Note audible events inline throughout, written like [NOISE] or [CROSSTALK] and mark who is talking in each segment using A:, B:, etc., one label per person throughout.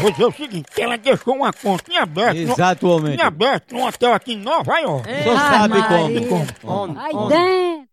A: vou dizer o seguinte, que ela deixou uma conta em aberto. no-
B: Exatamente.
A: Em aberto, num hotel aqui em Nova York.
B: Só sabe como.
C: On,
D: Aí
C: on.
D: dentro.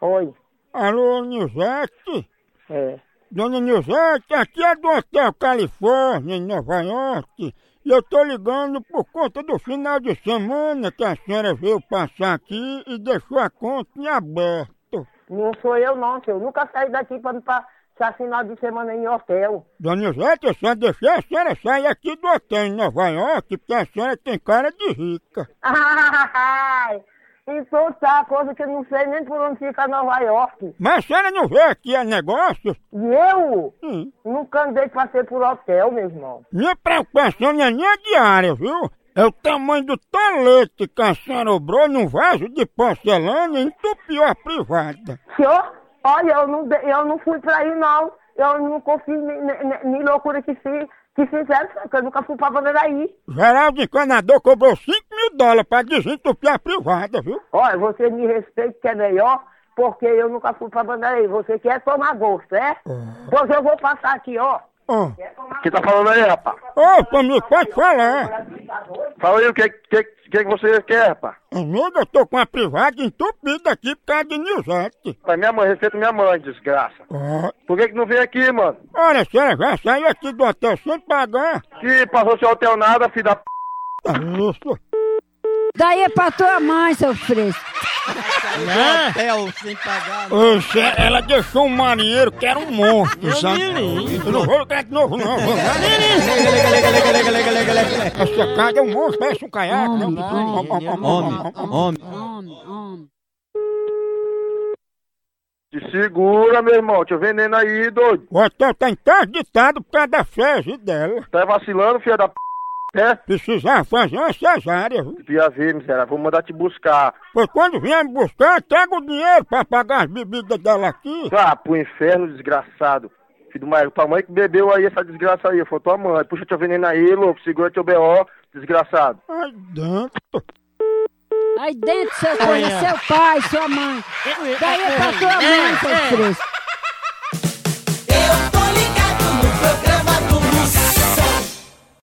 E: Oi,
A: Alô, Nilzete?
E: é.
A: Dona Nilzete, aqui é do Hotel Califórnia, em Nova York. E eu tô ligando por conta do final de semana que a senhora veio passar aqui e deixou a conta em aberto.
E: Não sou eu não, senhor. Nunca saí daqui pra não passar final de semana em hotel. [LAUGHS]
A: Dona Nilzete, eu só deixei a senhora sair aqui do hotel em Nova York porque a senhora tem cara de rica.
E: Ai, então tá, coisa que eu não sei nem por onde fica Nova York.
A: Mas a senhora não vê aqui a negócio?
E: E eu
A: Hum.
E: nunca andei pra ser por hotel, meu irmão.
A: Minha preocupação não é nem a diária, viu? É o tamanho do tolete que a senhora obrou num vaso de porcelana e entupiu a privada.
E: Senhor, olha, eu não, de- eu não fui pra aí não. Eu não confio em em- em- em loucura que, fi, que fizeram, porque eu nunca fui pra aí.
A: Geraldo Encanador cobrou 5 mil dólares pra desentupir a privada, viu?
E: Olha, você me respeita que é melhor, porque eu nunca fui pra Bandeirei. Você quer tomar gosto, é? Pois eu vou passar aqui, ó.
A: Ó,
F: que tá falando aí, rapaz?
A: Opa, me pode falar.
F: Fala aí o que, que, que que você quer, rapaz.
A: Amiga, eu tô com a privada entupida aqui por causa de Nilzete.
F: Pra minha mãe, respeita minha mãe, desgraça.
A: Ó,
F: Por que que não vem aqui, mano?
A: olha, a senhora já saiu aqui do hotel sem pagar.
F: Que passou seu hotel nada, filho da p...
A: Tá isso.
D: Daí é pra tua mãe, seu fresco.
B: Hotel sem pagar.
A: Oxe, ela deixou um marinheiro que era um monstro, sabe? Eu não vou lugar de novo, não. Vou lá. Essa cara é um monstro, parece um caiaque. né? Om, om, om, om, om,
B: Homem,
A: om.
B: homem.
D: Homem, homem.
F: Te segura, meu irmão, te veneno aí, doido.
A: O hotel tá interditado por causa da fezes dela.
F: Tá vacilando, filho da p... É?
A: Precisava fazer uma cesárea. viu?
F: Tu ia ver, miserável, vou mandar te buscar.
A: Pois quando vier me buscar, eu trago o dinheiro pra pagar as bebidas dela aqui.
F: Ah, pro inferno, desgraçado. Filho do Maio, tua mãe que bebeu aí essa desgraça aí, foi tua mãe. Puxa teu veneno aí, louco, segura teu B.O., desgraçado.
A: Ai, dentro.
D: Aí dentro, seu conhece seu pai, sua mãe. Daí é pra tua mãe, seu fresco.